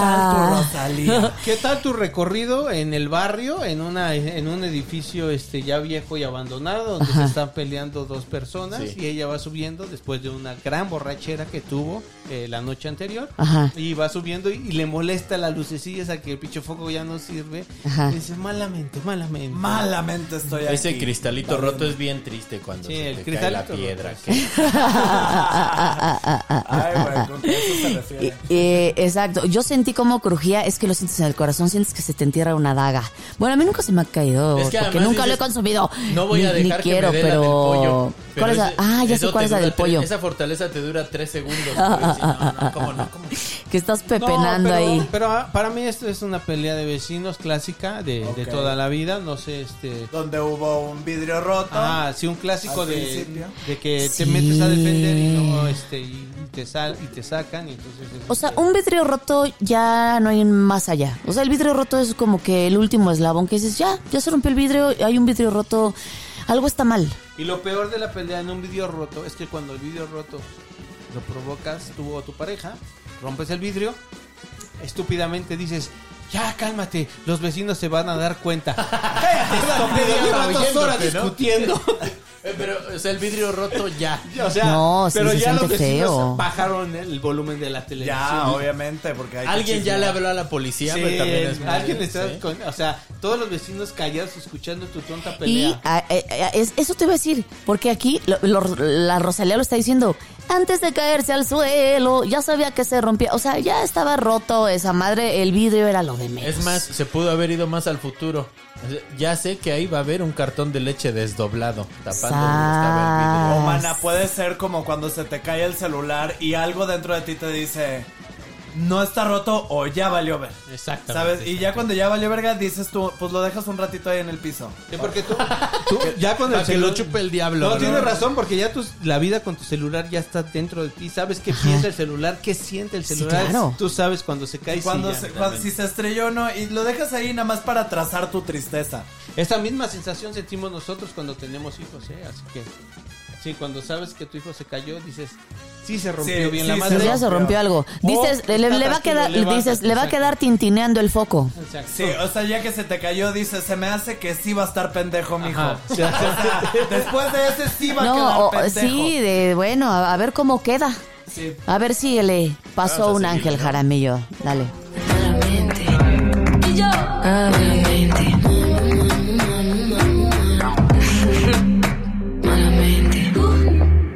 [SPEAKER 6] tal tu
[SPEAKER 3] Sa-
[SPEAKER 6] Rosalía?
[SPEAKER 4] ¿Qué tal tu recorrido en el barrio, en una en un edificio este ya viejo y abandonado donde se están peleando dos personas
[SPEAKER 5] Sí.
[SPEAKER 4] y ella va subiendo después de una gran borrachera que tuvo eh, la noche anterior
[SPEAKER 3] Ajá.
[SPEAKER 4] y va subiendo y, y le molesta la lucecilla esa que el pinche foco ya no sirve.
[SPEAKER 3] Ajá.
[SPEAKER 4] Y Dice malamente, malamente.
[SPEAKER 6] Malamente estoy aquí.
[SPEAKER 5] Ese cristalito roto es bien triste cuando
[SPEAKER 4] Sí,
[SPEAKER 5] se
[SPEAKER 4] el
[SPEAKER 5] te cae la
[SPEAKER 4] cristalito
[SPEAKER 5] piedra.
[SPEAKER 4] roto,
[SPEAKER 5] que-
[SPEAKER 6] Ay, güey, ¿con qué eso se
[SPEAKER 3] Eh,
[SPEAKER 6] refiere?
[SPEAKER 3] eh, exacto, yo sentí como crujía, es que lo sientes en el corazón, sientes que se te entierra una daga. Bueno, a mí nunca se me ha caído,
[SPEAKER 5] Es que
[SPEAKER 3] porque
[SPEAKER 5] además
[SPEAKER 3] nunca lo he
[SPEAKER 5] dices,
[SPEAKER 3] consumido.
[SPEAKER 5] No voy
[SPEAKER 3] ni,
[SPEAKER 5] a
[SPEAKER 3] ni
[SPEAKER 5] dejar
[SPEAKER 3] quiero,
[SPEAKER 5] que me dé
[SPEAKER 3] pero...
[SPEAKER 5] la del pollo.
[SPEAKER 3] ¿Cuál es la-
[SPEAKER 5] ese-
[SPEAKER 3] Ah, ya
[SPEAKER 5] eso
[SPEAKER 3] sé cuál
[SPEAKER 5] te
[SPEAKER 3] es la
[SPEAKER 5] dura
[SPEAKER 3] del
[SPEAKER 5] tres-
[SPEAKER 3] pollo.
[SPEAKER 5] Esa fortaleza te dura tres segundos. güey. Sí, no, no, ¿cómo no? ¿Cómo no?
[SPEAKER 3] Que estás pepenando
[SPEAKER 4] pero,
[SPEAKER 3] ahí.
[SPEAKER 4] pero, ah, para mí esto es una pelea de vecinos clásica de, de
[SPEAKER 6] Ok.
[SPEAKER 4] toda la vida. No sé, este.
[SPEAKER 6] Donde hubo un vidrio roto.
[SPEAKER 4] Ah, sí, un clásico
[SPEAKER 6] Al
[SPEAKER 4] de,
[SPEAKER 6] principio.
[SPEAKER 4] de que
[SPEAKER 3] Sí.
[SPEAKER 4] te metes a defender y no, este, y te sal, y te sacan y entonces.
[SPEAKER 3] O sea, un vidrio roto ya no hay más allá. O sea, el vidrio roto es como que el último eslabón que dices, ya, ya se rompió el vidrio, hay un vidrio roto, algo está mal.
[SPEAKER 4] Y lo peor de la pelea en un video roto es que cuando el video roto lo provocas tú o tu pareja, rompes el vidrio, estúpidamente dices. Ya, cálmate, los vecinos se van a dar cuenta. Cállate, estúpido,
[SPEAKER 5] Estúpido,
[SPEAKER 4] llevan dos
[SPEAKER 5] oyéndote,
[SPEAKER 4] horas
[SPEAKER 5] ¿no?
[SPEAKER 4] discutiendo.
[SPEAKER 5] Eh, Pero, o sea, el vidrio roto ya.
[SPEAKER 4] O sea,
[SPEAKER 3] No, sí,
[SPEAKER 4] pero
[SPEAKER 3] se
[SPEAKER 4] ya los
[SPEAKER 3] siente
[SPEAKER 4] vecinos
[SPEAKER 3] feo.
[SPEAKER 4] bajaron el volumen de la televisión.
[SPEAKER 6] Ya, obviamente, porque hay que
[SPEAKER 5] Alguien ya le
[SPEAKER 6] chismear.
[SPEAKER 5] habló a la policía,
[SPEAKER 4] Sí,
[SPEAKER 5] pero también es muy-
[SPEAKER 4] alguien está
[SPEAKER 5] sí.
[SPEAKER 4] con- o sea, todos los vecinos callados escuchando tu tonta
[SPEAKER 3] Y
[SPEAKER 4] pelea.
[SPEAKER 3] ah, eh, eh, es- eso te iba a decir, porque aquí lo- lo- la Rosalía lo está diciendo. Antes de caerse al suelo, ya sabía que se rompía. O sea, ya estaba roto esa madre. El vidrio era lo de menos.
[SPEAKER 5] Es más, se pudo haber ido más al futuro. O sea, Ya sé que ahí va a haber un cartón de leche desdoblado, tapando donde estaba el
[SPEAKER 3] Sas.
[SPEAKER 5] vidrio.
[SPEAKER 6] O mana, puede ser como cuando se te cae el celular y algo dentro de ti te dice, no está roto o ya valió ver.
[SPEAKER 5] Exactamente.
[SPEAKER 6] ¿Sabes? Y ya cuando ya valió verga, dices tú, pues lo dejas un ratito ahí en el piso.
[SPEAKER 4] Sí, porque tú, tú ya con el
[SPEAKER 5] Para que lo
[SPEAKER 4] celular...
[SPEAKER 5] chupe el diablo.
[SPEAKER 4] No, tienes
[SPEAKER 5] ¿no?
[SPEAKER 4] razón, porque ya tus- la vida con tu celular ya está dentro de ti. Sabes qué piensa el celular, qué siente el
[SPEAKER 3] Sí,
[SPEAKER 4] celular.
[SPEAKER 3] claro.
[SPEAKER 4] Tú sabes cuando se cae. sí,
[SPEAKER 6] Cuando
[SPEAKER 4] ya,
[SPEAKER 6] se-
[SPEAKER 4] ya,
[SPEAKER 6] cuando-
[SPEAKER 4] ya.
[SPEAKER 6] si se estrelló o no, y lo dejas ahí nada más para trazar tu tristeza.
[SPEAKER 4] Esa misma sensación sentimos nosotros cuando tenemos hijos, ¿eh? Así que, sí, cuando sabes que tu hijo se cayó, dices, sí se rompió
[SPEAKER 6] Sí,
[SPEAKER 4] bien
[SPEAKER 6] sí,
[SPEAKER 4] la
[SPEAKER 6] se
[SPEAKER 3] Pero
[SPEAKER 4] madre.
[SPEAKER 3] ya se rompió algo. Dices,
[SPEAKER 4] Oh,
[SPEAKER 3] le, le
[SPEAKER 4] está
[SPEAKER 3] va a quedar,
[SPEAKER 4] tranquilo, le va-
[SPEAKER 3] dices, le va a
[SPEAKER 4] exacto.
[SPEAKER 3] quedar tintineando el foco.
[SPEAKER 4] Exacto.
[SPEAKER 6] Sí, o sea, ya que se te cayó, dices, se me hace que sí va a estar pendejo, mijo.
[SPEAKER 4] Ajá.
[SPEAKER 6] O sea, después de ese sí va
[SPEAKER 3] No,
[SPEAKER 6] a
[SPEAKER 3] o-
[SPEAKER 6] quedar pendejo.
[SPEAKER 3] sí, de bueno, a, a ver cómo queda.
[SPEAKER 6] Sí.
[SPEAKER 3] A ver si le pasó
[SPEAKER 5] Vamos a
[SPEAKER 3] un
[SPEAKER 5] seguirle,
[SPEAKER 3] ángel
[SPEAKER 5] ¿no?
[SPEAKER 3] jaramillo. Dale.
[SPEAKER 7] Y yo. Uh,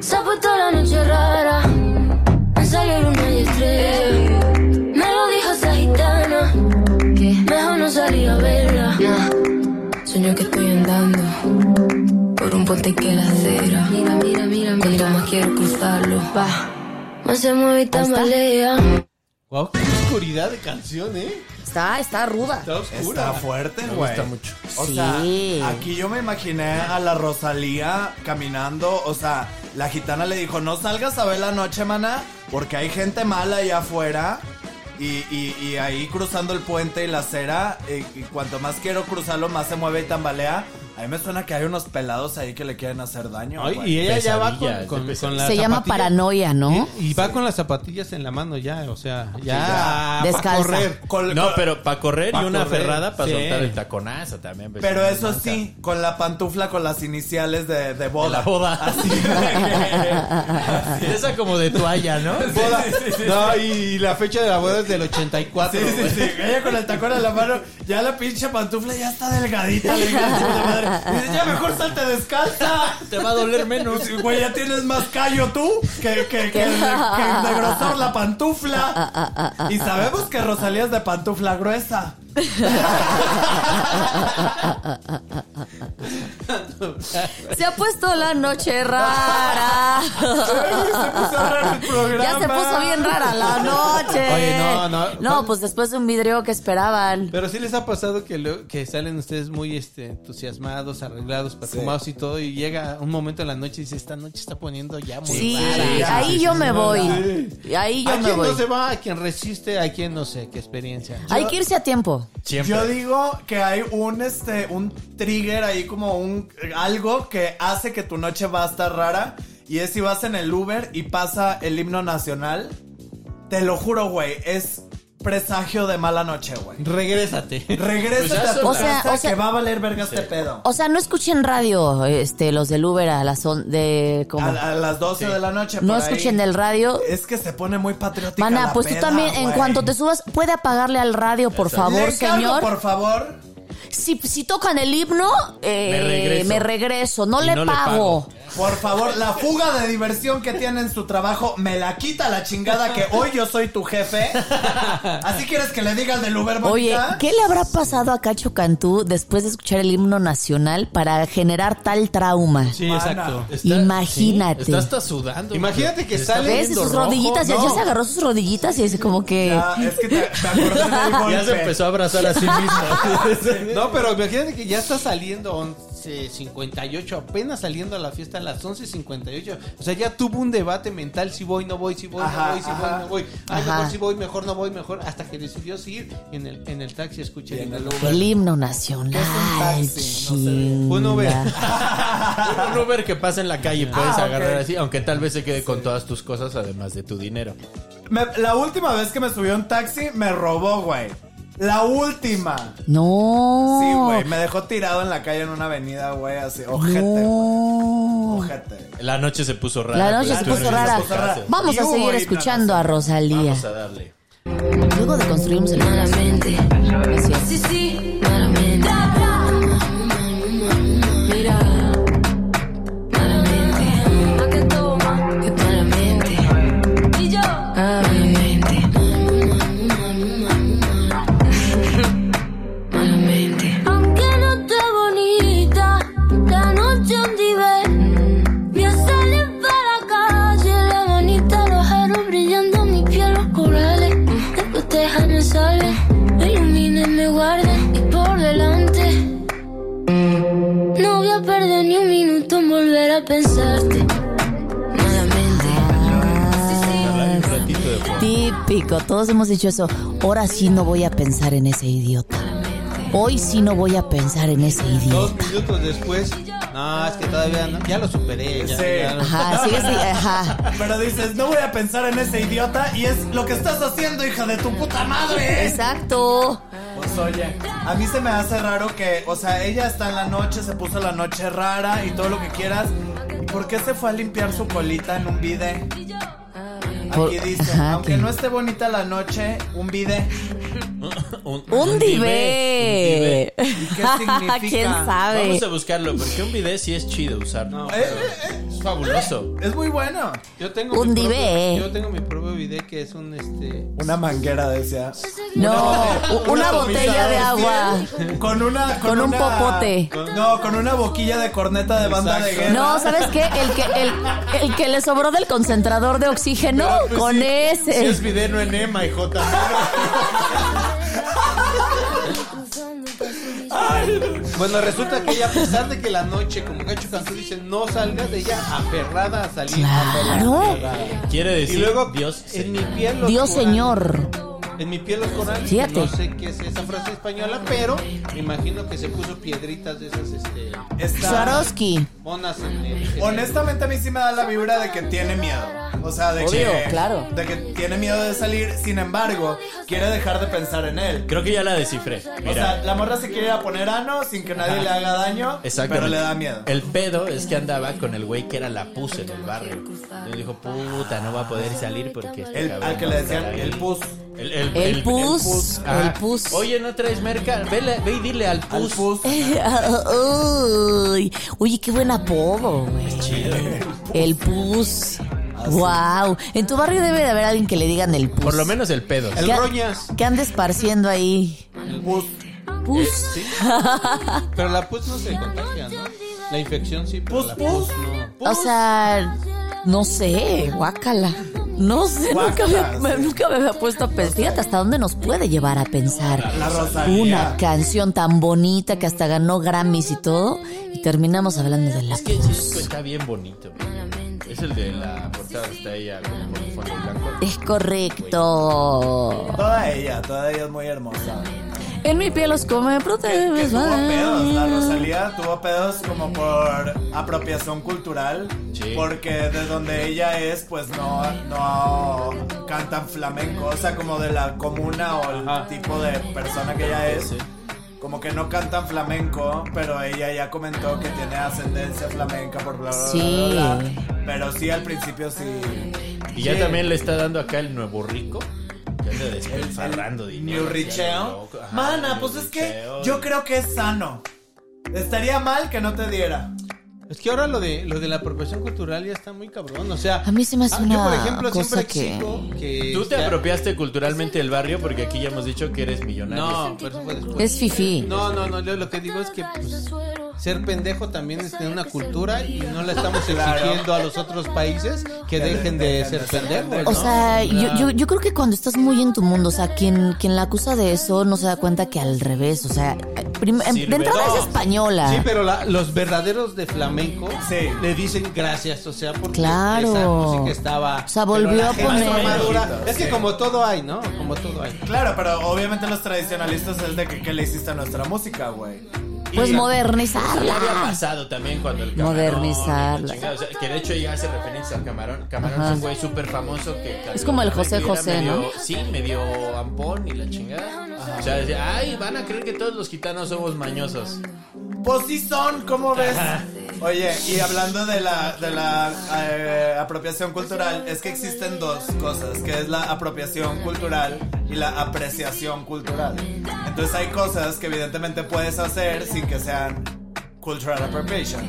[SPEAKER 7] Se ha puesto la noche rara. Me salió luna y estrella. Me lo dijo esa gitana. Mejor no salir a verla.
[SPEAKER 8] Sueño que estoy andando por un puente que la acera.
[SPEAKER 7] Mira, mira, mira,
[SPEAKER 8] Cuanto
[SPEAKER 7] mira.
[SPEAKER 8] más quiero cruzarlo, va.
[SPEAKER 7] Más se mueve y tambalea.
[SPEAKER 4] Guau, qué oscuridad de canción, ¿eh?
[SPEAKER 3] Está, está ruda.
[SPEAKER 4] Está oscura.
[SPEAKER 6] Está fuerte, güey.
[SPEAKER 5] gusta mucho.
[SPEAKER 6] O
[SPEAKER 3] Sí.
[SPEAKER 6] sea, aquí yo me imaginé a la Rosalía caminando. O sea, la gitana le dijo: No salgas a ver la noche, maná, porque hay gente mala allá afuera. Y, y- y ahí cruzando el puente y la acera, y, y cuanto más quiero cruzarlo, más se mueve y tambalea. A mí me suena que hay unos pelados ahí que le quieren hacer daño.
[SPEAKER 4] Ay,
[SPEAKER 6] güey.
[SPEAKER 4] y ella ya va
[SPEAKER 5] Pesadilla,
[SPEAKER 4] con,
[SPEAKER 5] es
[SPEAKER 4] con-
[SPEAKER 5] de
[SPEAKER 4] con la
[SPEAKER 3] Se llama
[SPEAKER 4] zapatilla.
[SPEAKER 3] paranoia, ¿no?
[SPEAKER 4] Y, y va con las zapatillas en la mano ya, o sea, ya,
[SPEAKER 6] ya.
[SPEAKER 4] pa'
[SPEAKER 3] Descalza.
[SPEAKER 4] correr.
[SPEAKER 6] Col-
[SPEAKER 5] No,
[SPEAKER 6] col-
[SPEAKER 5] pero para correr
[SPEAKER 6] Pa'
[SPEAKER 5] y una
[SPEAKER 6] correr,
[SPEAKER 5] ferrada para
[SPEAKER 4] sí.
[SPEAKER 5] soltar el taconazo también. pues,
[SPEAKER 6] Pero
[SPEAKER 5] no
[SPEAKER 6] eso
[SPEAKER 5] manca.
[SPEAKER 6] sí, con la pantufla con las iniciales de, de boda.
[SPEAKER 5] De la boda.
[SPEAKER 6] Así de
[SPEAKER 5] Sí, Esa como de toalla, ¿no?
[SPEAKER 6] que- boda.
[SPEAKER 4] No, y la fecha de la boda es del 84.
[SPEAKER 6] Sí, sí,
[SPEAKER 4] güey.
[SPEAKER 6] sí. Ella con el tacón en la mano, ya la pinche pantufla ya está delgadita, le digo, "Hijo de madre". Dice, ya mejor salte descalza.
[SPEAKER 5] Te va a doler menos.
[SPEAKER 6] Sí, Güey, ya tienes más callo tú que, que, que, de, que de grosor la pantufla. Y sabemos que Rosalía es de pantufla gruesa.
[SPEAKER 3] Se ha puesto la noche rara.
[SPEAKER 6] Se puso raro el programa.
[SPEAKER 3] Ya se puso bien rara la noche.
[SPEAKER 4] Oye, no, no.
[SPEAKER 3] No, pues después de un vidrio que esperaban.
[SPEAKER 4] Pero sí les ha pasado que, lo- que salen ustedes muy este, entusiasmados, arreglados, perfumados y todo, y llega un momento en la noche y dice, esta noche está poniendo ya muy
[SPEAKER 3] Sí,
[SPEAKER 4] rara".
[SPEAKER 3] ahí yo me voy.
[SPEAKER 4] Sí.
[SPEAKER 3] Ahí
[SPEAKER 4] ¿A
[SPEAKER 3] yo me
[SPEAKER 4] quién no se
[SPEAKER 3] voy.
[SPEAKER 4] va? ¿A quien resiste? ¿A quien no sé? ¿Qué experiencia?
[SPEAKER 3] Hay que irse a tiempo.
[SPEAKER 5] Siempre.
[SPEAKER 6] Yo digo que hay un este un trigger ahí como un algo que hace que tu noche va a estar rara y es si vas en el Uber y pasa el himno nacional. Te lo juro, güey, es presagio de mala noche, güey.
[SPEAKER 4] Regrésate.
[SPEAKER 6] Regrésate
[SPEAKER 5] Pues ya
[SPEAKER 6] a tu
[SPEAKER 3] sonaste. O sea,
[SPEAKER 6] casa
[SPEAKER 3] o sea-
[SPEAKER 6] que va a valer verga este pedo.
[SPEAKER 3] O sea, no escuchen radio, este, los del Uber a las on- de como.
[SPEAKER 6] A, a las 12 de la noche.
[SPEAKER 3] No
[SPEAKER 6] por
[SPEAKER 3] escuchen
[SPEAKER 6] ahí.
[SPEAKER 3] el radio.
[SPEAKER 6] Es que se pone muy patriótica.
[SPEAKER 3] Mana,
[SPEAKER 6] la
[SPEAKER 3] pues tú
[SPEAKER 6] peda,
[SPEAKER 3] también, en
[SPEAKER 6] güey.
[SPEAKER 3] cuanto te subas, puede apagarle al radio, por
[SPEAKER 6] Le
[SPEAKER 3] favor,
[SPEAKER 6] encargo,
[SPEAKER 3] señor.
[SPEAKER 6] Por favor.
[SPEAKER 3] Si, si tocan el himno, eh,
[SPEAKER 5] Me regreso.
[SPEAKER 3] me regreso. No,
[SPEAKER 5] Y
[SPEAKER 3] le,
[SPEAKER 5] no le
[SPEAKER 3] pago.
[SPEAKER 5] pago.
[SPEAKER 6] Por favor, la fuga de diversión que tiene en su trabajo, me la quita la chingada que hoy yo soy tu jefe. ¿Así quieres que le diga al del Uber,
[SPEAKER 3] Oye,
[SPEAKER 6] bonita?
[SPEAKER 3] ¿qué le habrá pasado a Cacho Cantú después de escuchar el himno nacional para generar tal trauma?
[SPEAKER 4] Sí,
[SPEAKER 6] Mana.
[SPEAKER 4] exacto.
[SPEAKER 3] Imagínate.
[SPEAKER 5] Está hasta sudando.
[SPEAKER 4] Imagínate que
[SPEAKER 5] Está
[SPEAKER 4] sale-
[SPEAKER 3] ¿Ves?
[SPEAKER 5] viendo
[SPEAKER 3] Sus
[SPEAKER 5] rojo.
[SPEAKER 3] rodillitas, ya,
[SPEAKER 5] No.
[SPEAKER 3] ya se agarró sus rodillitas y dice como que...
[SPEAKER 6] Ya, Ah, es que te, me acordé del golpe.
[SPEAKER 5] Ya se empezó a abrazar a sí mismo.
[SPEAKER 4] No, pero imagínate que ya está saliendo 11.58, apenas saliendo a la fiesta a las 11.58. O sea, ya tuvo un debate mental, si voy, no voy, si voy,
[SPEAKER 6] Ajá,
[SPEAKER 4] no voy, si
[SPEAKER 6] ajá.
[SPEAKER 4] voy, no voy. Ay,
[SPEAKER 3] Ajá.
[SPEAKER 4] mejor si voy, mejor no voy, mejor. Hasta que decidió seguir en el, en el taxi, escuché en el Uber.
[SPEAKER 3] El himno nacional.
[SPEAKER 6] taxi, no sé.
[SPEAKER 3] chinga.
[SPEAKER 4] Un Uber.
[SPEAKER 5] Un Uber que pasa en la calle puedes
[SPEAKER 6] Ah, ok.
[SPEAKER 5] agarrar así, aunque tal vez se quede con todas tus cosas además de tu dinero.
[SPEAKER 6] Me- la última vez que me subió un taxi, me robó, güey. La última.
[SPEAKER 3] No.
[SPEAKER 6] Sí, güey. Me dejó tirado en la calle en una avenida, güey, así. Ojete, güey.
[SPEAKER 3] No.
[SPEAKER 6] Ojete.
[SPEAKER 5] La noche se puso rara.
[SPEAKER 3] La noche
[SPEAKER 5] pero
[SPEAKER 3] se
[SPEAKER 5] tú
[SPEAKER 3] puso
[SPEAKER 5] no
[SPEAKER 3] rara.
[SPEAKER 5] hiciste caso.
[SPEAKER 3] Vamos
[SPEAKER 6] Y
[SPEAKER 3] a
[SPEAKER 6] hubo
[SPEAKER 3] seguir
[SPEAKER 6] himno
[SPEAKER 3] escuchando a Rosalía.
[SPEAKER 5] Vamos a darle.
[SPEAKER 3] Luego de construirnos el
[SPEAKER 8] Malamente, sí, sí, malamente. Mira, malamente,
[SPEAKER 7] Más que toma.
[SPEAKER 8] que malamente,
[SPEAKER 7] Y yo.
[SPEAKER 8] ah, malamente, malamente.
[SPEAKER 7] Aunque no esté bonita, la noche un nivel. Me salí para la calle, la manita, los aros brillando, mi piel, los corales. De coteja me sale, me ilumina y me guarde. Y por delante, no voy a perder ni un minuto en volver a pensarte.
[SPEAKER 8] Malamente,
[SPEAKER 5] Darle un ratito de fondo.
[SPEAKER 3] Típico, todos hemos dicho eso. Ahora sí no voy a pensar en ese idiota. Hoy sí no voy a pensar en ese
[SPEAKER 4] Dos
[SPEAKER 3] idiota.
[SPEAKER 4] minutos después. No, es que todavía no. Ya lo superé. Ya,
[SPEAKER 6] Sí.
[SPEAKER 4] ya lo-
[SPEAKER 3] Ajá, sigue así, ajá.
[SPEAKER 6] Pero dices, no voy a pensar en ese idiota y es lo que estás haciendo, hija de tu puta madre.
[SPEAKER 3] Exacto.
[SPEAKER 6] Pues oye, a mí se me hace raro que, o sea, ella está en la noche, se puso la noche rara y todo lo que quieras. ¿Y por qué se fue a limpiar su colita en un vide?
[SPEAKER 3] Por-
[SPEAKER 6] Aquí dice,
[SPEAKER 3] ajá,
[SPEAKER 6] aunque
[SPEAKER 3] que-
[SPEAKER 6] no esté bonita la noche, un vide.
[SPEAKER 3] Un
[SPEAKER 5] divé.
[SPEAKER 3] divé.
[SPEAKER 6] qué significa?
[SPEAKER 3] ¿Quién sabe?
[SPEAKER 5] Vamos a buscarlo, porque un video sí es chido usar.
[SPEAKER 4] No,
[SPEAKER 6] Eh,
[SPEAKER 4] pero
[SPEAKER 6] eh, eh,
[SPEAKER 5] Es fabuloso.
[SPEAKER 6] Es muy bueno.
[SPEAKER 4] yo tengo mi
[SPEAKER 3] Un
[SPEAKER 4] propio-
[SPEAKER 3] divé.
[SPEAKER 4] Yo tengo mi propio video que es un este.
[SPEAKER 6] Una manguera, decía.
[SPEAKER 3] No,
[SPEAKER 6] Oh,
[SPEAKER 3] u- una botella de agua.
[SPEAKER 6] Con una.
[SPEAKER 3] Con un
[SPEAKER 6] una-
[SPEAKER 3] popote.
[SPEAKER 6] No, con una boquilla de corneta de banda de
[SPEAKER 4] Exacto.
[SPEAKER 6] guerra.
[SPEAKER 3] No, ¿sabes qué? El que, el, el que le sobró del concentrador de oxígeno, con ese.
[SPEAKER 5] video en Emma y J.
[SPEAKER 4] Bueno, resulta que ella, a pesar de que la noche, como Cacho Cantú dice, no salgas, ella aferrada a salir.
[SPEAKER 3] Claro.
[SPEAKER 4] aferrada.
[SPEAKER 5] Quiere
[SPEAKER 4] Y
[SPEAKER 5] decir
[SPEAKER 4] luego,
[SPEAKER 5] Dios.
[SPEAKER 4] en
[SPEAKER 5] señor.
[SPEAKER 4] mi piel los
[SPEAKER 3] Dios
[SPEAKER 4] corales.
[SPEAKER 3] señor.
[SPEAKER 4] En mi piel los corales.
[SPEAKER 3] Fíjate.
[SPEAKER 4] No sé qué es esa frase española, pero me imagino que se puso piedritas de esas, este.
[SPEAKER 6] Está-
[SPEAKER 3] Swarovski.
[SPEAKER 4] Monas en el. en el-
[SPEAKER 6] Honestamente a mí sí me da la vibra de que tiene miedo. O sea, de
[SPEAKER 3] Obvio,
[SPEAKER 6] que
[SPEAKER 3] claro.
[SPEAKER 6] de que tiene miedo de salir, sin embargo, quiere dejar de pensar en él.
[SPEAKER 5] Creo que ya la descifré.
[SPEAKER 6] O sea,
[SPEAKER 5] Mira.
[SPEAKER 6] la morra se quiere ir a poner ano sin que nadie le haga daño,
[SPEAKER 5] Exactamente.
[SPEAKER 6] pero le da miedo.
[SPEAKER 5] El pedo es que andaba con el güey que era la pus en el barrio. Entonces dijo, puta, no va a poder salir porque este
[SPEAKER 6] El-
[SPEAKER 5] cabrón
[SPEAKER 6] al que
[SPEAKER 5] va a
[SPEAKER 6] le
[SPEAKER 5] estar
[SPEAKER 6] decían
[SPEAKER 5] ahí".
[SPEAKER 6] el pus.
[SPEAKER 5] El, el-
[SPEAKER 3] El
[SPEAKER 5] el-
[SPEAKER 3] pus,
[SPEAKER 5] Ajá.
[SPEAKER 3] el pus.
[SPEAKER 5] Ah. Oye, no traes merca. Vele- Ve, y dile al
[SPEAKER 6] Al
[SPEAKER 5] pus.
[SPEAKER 6] pus.
[SPEAKER 3] Uy, oye, qué buen apodo, güey. El pus. Wow. En tu barrio debe de haber alguien que le digan el pus.
[SPEAKER 5] Por lo menos el pedo.
[SPEAKER 4] El
[SPEAKER 3] ¿Qué-
[SPEAKER 4] roñas.
[SPEAKER 3] ¿Qué anda esparciendo ahí? Pus.
[SPEAKER 4] Pero la pus no se contagia, ¿no? La infección sí, pero la pus no.
[SPEAKER 3] O sea, no sé, guácala. No sé, nunca, me,
[SPEAKER 6] Guácala,
[SPEAKER 3] me-
[SPEAKER 6] sí.
[SPEAKER 3] nunca me había puesto a pensar. Fíjate hasta dónde nos puede llevar a pensar.
[SPEAKER 6] La Rosalía.
[SPEAKER 3] Una canción tan bonita que hasta ganó Grammys y todo. Y terminamos hablando de la
[SPEAKER 5] Es que el disco está bien bonito. Es el de la portada que está ella con con fondo blanco.
[SPEAKER 3] Es correcto.
[SPEAKER 6] Toda ella, toda ella es muy hermosa.
[SPEAKER 3] En mi piel los come
[SPEAKER 6] Que
[SPEAKER 3] proteges.
[SPEAKER 6] tuvo pedos, la Rosalía tuvo pedos como por apropiación cultural,
[SPEAKER 5] Sí.
[SPEAKER 6] porque de donde ella es, pues no, no cantan flamenco, o sea, como de la comuna o el tipo de persona que ella es. Como que no cantan flamenco, pero ella ya comentó que tiene ascendencia flamenca por bla bla bla,
[SPEAKER 3] Sí.
[SPEAKER 6] bla, bla. Pero sí, al principio sí.
[SPEAKER 5] Y ya también le
[SPEAKER 4] eh,
[SPEAKER 5] está dando acá el nuevo rico. Que anda despilfarrando dinero. así a
[SPEAKER 6] New
[SPEAKER 5] lo
[SPEAKER 6] Richeo.
[SPEAKER 5] loco. Ajá,
[SPEAKER 6] Mana,
[SPEAKER 5] New
[SPEAKER 6] pues es que
[SPEAKER 5] Richeo.
[SPEAKER 6] yo creo que es sano. Estaría mal que no te diera.
[SPEAKER 4] Es que ahora lo de lo de la apropiación cultural ya está muy cabrón, o sea,
[SPEAKER 3] A mí se me hace
[SPEAKER 4] ah,
[SPEAKER 3] una
[SPEAKER 4] yo por ejemplo
[SPEAKER 3] cosa
[SPEAKER 4] siempre exijo que
[SPEAKER 5] Tú te
[SPEAKER 4] sea-
[SPEAKER 5] apropiaste culturalmente del barrio porque aquí ya hemos dicho que eres millonario.
[SPEAKER 4] No, pero eso fue después.
[SPEAKER 3] Es fifi.
[SPEAKER 4] No, no, no, yo lo que digo es que pues, ser pendejo también es tener una cultura y no la estamos exigiendo a los otros países que dejen de ser pendejos.
[SPEAKER 3] O
[SPEAKER 4] ¿no?
[SPEAKER 3] sea, yo, yo, yo creo que cuando estás muy en tu mundo, o sea, quien, quien la acusa de eso no se da cuenta que al revés, o sea, prim- em- de
[SPEAKER 5] Sirve.
[SPEAKER 3] entrada
[SPEAKER 5] No.
[SPEAKER 3] es española.
[SPEAKER 4] Sí, pero la- los verdaderos de flamenco
[SPEAKER 6] Sí.
[SPEAKER 4] le dicen gracias, o sea, porque
[SPEAKER 3] Claro.
[SPEAKER 4] esa música estaba.
[SPEAKER 3] O sea,
[SPEAKER 4] pero la
[SPEAKER 3] volvió a
[SPEAKER 4] gente
[SPEAKER 3] poner-
[SPEAKER 4] madura- Es que como todo hay, ¿no? Como todo hay.
[SPEAKER 6] Claro, pero obviamente los tradicionalistas es de que, ¿qué le hiciste a nuestra música, güey?
[SPEAKER 3] Pues
[SPEAKER 5] Y- Ya había
[SPEAKER 3] modernizarla.
[SPEAKER 5] pasado también cuando el camarón.
[SPEAKER 3] Modernizarla.
[SPEAKER 5] y la chingada, o sea, que de hecho ella hace referencia al camarón. Camarón
[SPEAKER 3] Ajá.
[SPEAKER 5] es un güey súper famoso que.
[SPEAKER 3] Es como el José
[SPEAKER 5] que era
[SPEAKER 3] José,
[SPEAKER 5] medio-
[SPEAKER 3] ¿no?
[SPEAKER 5] Sí, medio ampón y la chingada. O sea, decía, ay, van a creer que todos los gitanos somos mañosos.
[SPEAKER 6] Pues sí son, ¿cómo ves? Oye, y hablando de la, de la eh, apropiación cultural, es que existen dos cosas, que es la apropiación cultural y la apreciación cultural. Entonces hay cosas que evidentemente puedes hacer sin que sean cultural appropriation.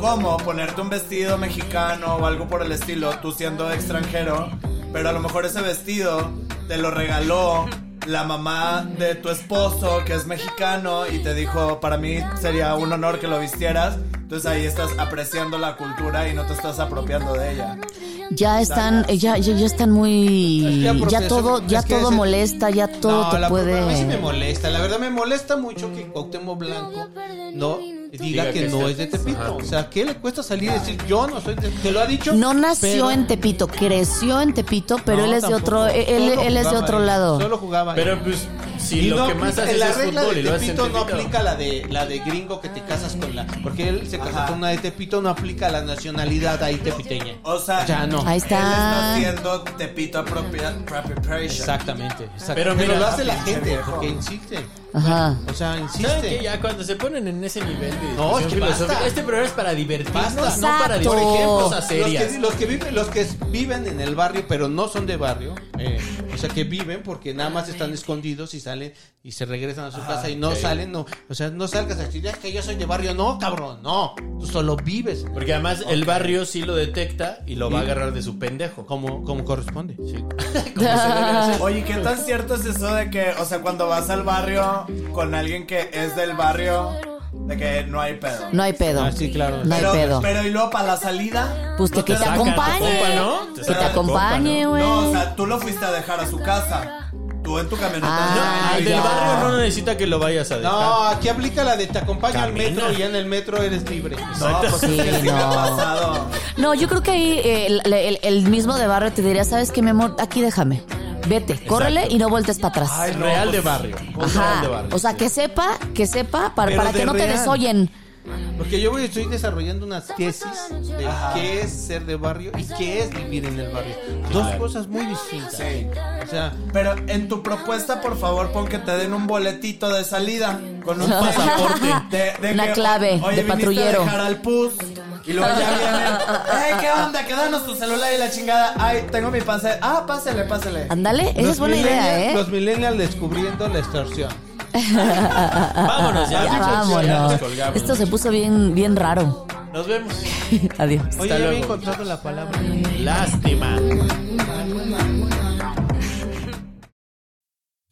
[SPEAKER 6] Como ponerte un vestido mexicano o algo por el estilo, tú siendo extranjero, pero a lo mejor ese vestido te lo regaló la mamá de tu esposo que es mexicano y te dijo, para mí sería un honor que lo vistieras. Entonces ahí estás apreciando la cultura y no te estás apropiando de ella.
[SPEAKER 3] Ya están, eh, ya, ya, ya están
[SPEAKER 4] Es
[SPEAKER 3] muy,
[SPEAKER 4] que
[SPEAKER 3] ya
[SPEAKER 4] apropiación-
[SPEAKER 3] todo, ya
[SPEAKER 4] es que
[SPEAKER 3] todo
[SPEAKER 4] ese-
[SPEAKER 3] molesta, ya todo
[SPEAKER 4] No,
[SPEAKER 3] te
[SPEAKER 4] la- A mí sí me
[SPEAKER 3] puede.
[SPEAKER 4] molesta, la verdad me molesta mucho que Cuauhtémoc Blanco no diga
[SPEAKER 5] Diga
[SPEAKER 4] que
[SPEAKER 5] que
[SPEAKER 4] no
[SPEAKER 5] sea-
[SPEAKER 4] es de Tepito.
[SPEAKER 5] Ajá.
[SPEAKER 4] O sea, ¿qué le cuesta salir y decir yo no soy de Te lo ha dicho.
[SPEAKER 3] No nació
[SPEAKER 4] pero-
[SPEAKER 3] en Tepito, creció en Tepito, pero
[SPEAKER 4] No,
[SPEAKER 3] él es de
[SPEAKER 4] tampoco.
[SPEAKER 3] otro, eh, él,
[SPEAKER 4] Solo
[SPEAKER 3] él es de
[SPEAKER 4] jugaba
[SPEAKER 3] otro
[SPEAKER 4] ahí,
[SPEAKER 3] lado.
[SPEAKER 4] Solo jugaba. ahí.
[SPEAKER 5] Pero pues, si
[SPEAKER 4] Y
[SPEAKER 5] lo
[SPEAKER 4] no
[SPEAKER 5] que más
[SPEAKER 4] aplica-
[SPEAKER 5] haces
[SPEAKER 4] la
[SPEAKER 5] es
[SPEAKER 4] regla
[SPEAKER 5] fútbol
[SPEAKER 4] de
[SPEAKER 5] y lo haces en
[SPEAKER 4] Tepito no
[SPEAKER 5] Tepito.
[SPEAKER 4] aplica la de la de gringo que te casas con la porque él se casó
[SPEAKER 6] Ajá.
[SPEAKER 4] con una de Tepito no aplica la nacionalidad ahí tepiteña
[SPEAKER 6] O sea,
[SPEAKER 4] ya no
[SPEAKER 3] Ahí
[SPEAKER 6] Él está
[SPEAKER 3] está.
[SPEAKER 6] haciendo tepito apropia- appropriation.
[SPEAKER 4] exactamente, exactamente.
[SPEAKER 5] Pero
[SPEAKER 4] pero,
[SPEAKER 5] mira,
[SPEAKER 4] lo hace la
[SPEAKER 6] pinche
[SPEAKER 4] gente
[SPEAKER 6] viejo.
[SPEAKER 4] porque insiste
[SPEAKER 3] Ajá.
[SPEAKER 4] o sea
[SPEAKER 5] ¿Saben qué?
[SPEAKER 4] insiste
[SPEAKER 5] Ya cuando se ponen en ese nivel de
[SPEAKER 4] No,
[SPEAKER 5] discusión
[SPEAKER 4] es que
[SPEAKER 5] filosófica-
[SPEAKER 4] basta.
[SPEAKER 5] Este programa es para divertirnos,
[SPEAKER 4] Basta.
[SPEAKER 5] no
[SPEAKER 3] Exacto.
[SPEAKER 5] para discutir
[SPEAKER 3] Los
[SPEAKER 5] ejemplos
[SPEAKER 4] los
[SPEAKER 5] serias.
[SPEAKER 4] que, los que viven los que viven en el barrio pero no son de barrio eh, o sea que viven porque nada más están escondidos y salen y se regresan a su casa y no salen no o sea no salgas a decir "Es que yo soy de barrio no cabrón no tú solo vives
[SPEAKER 5] Porque además el barrio sí lo detecta y lo va a
[SPEAKER 4] Y-
[SPEAKER 5] agarrar de su pendejo.
[SPEAKER 4] como como corresponde
[SPEAKER 6] Oye, ¿qué tan cierto es eso de que, o sea, cuando vas al barrio con alguien que es del barrio, de que no hay pedo?
[SPEAKER 3] No hay pedo.
[SPEAKER 4] Ah, sí, claro.
[SPEAKER 3] No hay
[SPEAKER 6] pero,
[SPEAKER 3] pedo.
[SPEAKER 6] pero y luego para la salida.
[SPEAKER 3] Pues te- que te
[SPEAKER 6] da-
[SPEAKER 3] acompañe.
[SPEAKER 5] ¿no? Te
[SPEAKER 3] Que te
[SPEAKER 5] saca tu compa,
[SPEAKER 3] acompañe, güey.
[SPEAKER 6] No, o sea, tú lo fuiste a dejar a su casa. Tú en tu camioneta.
[SPEAKER 3] Ah,
[SPEAKER 6] no,
[SPEAKER 5] El
[SPEAKER 6] y
[SPEAKER 5] del
[SPEAKER 3] ya.
[SPEAKER 5] barrio no necesita que lo vayas a dejar.
[SPEAKER 4] No, aquí aplica la de te acompaño
[SPEAKER 5] Camina.
[SPEAKER 4] al metro y ya en el metro eres libre.
[SPEAKER 6] No, pues
[SPEAKER 3] Sí,
[SPEAKER 6] es que sí me ha
[SPEAKER 3] no.
[SPEAKER 6] pasado.
[SPEAKER 3] No, yo creo que ahí eh, el, el- el mismo de barrio te diría, ¿sabes qué, mi amor? Aquí déjame. Vete, córrele y no voltes para atrás.
[SPEAKER 6] Ay, no,
[SPEAKER 5] real
[SPEAKER 6] pues,
[SPEAKER 5] de barrio. Un real de
[SPEAKER 3] Ajá.
[SPEAKER 5] barrio.
[SPEAKER 3] O sea, que sepa, que sepa, para,
[SPEAKER 4] Pero
[SPEAKER 3] para
[SPEAKER 4] de
[SPEAKER 3] que no te
[SPEAKER 4] real.
[SPEAKER 3] desoyen.
[SPEAKER 4] Porque yo voy- estoy desarrollando una tesis de qué es ser de barrio y qué es vivir en el barrio. Dos cosas muy distintas.
[SPEAKER 6] Sí.
[SPEAKER 4] O sea,
[SPEAKER 6] Pero en tu
[SPEAKER 3] Ah,
[SPEAKER 6] propuesta, por favor, pon que te den un boletito de salida con un
[SPEAKER 3] pasaporte. Una clave de
[SPEAKER 6] oye, viniste a
[SPEAKER 3] patrullero.
[SPEAKER 6] dejar al pus. Y luego ya vienen. ¡Ey, qué onda! Que danos tu celular y la chingada. ¡Ay, tengo mi pase! ¡Ah, pásele, pásele!
[SPEAKER 3] Ándale, esa es buena idea,
[SPEAKER 4] millennials-
[SPEAKER 3] ¿eh?
[SPEAKER 4] Los millennials descubriendo la extorsión.
[SPEAKER 3] Ya,
[SPEAKER 5] vámonos ya, muchachos, ya nos
[SPEAKER 3] vámonos.
[SPEAKER 5] colgamos.
[SPEAKER 3] Esto se puso bien, bien raro.
[SPEAKER 5] Nos vemos.
[SPEAKER 4] Oye,
[SPEAKER 3] Adiós.
[SPEAKER 4] ya
[SPEAKER 5] Hasta
[SPEAKER 4] había
[SPEAKER 5] luego.
[SPEAKER 4] encontrado la palabra.
[SPEAKER 5] Lástima.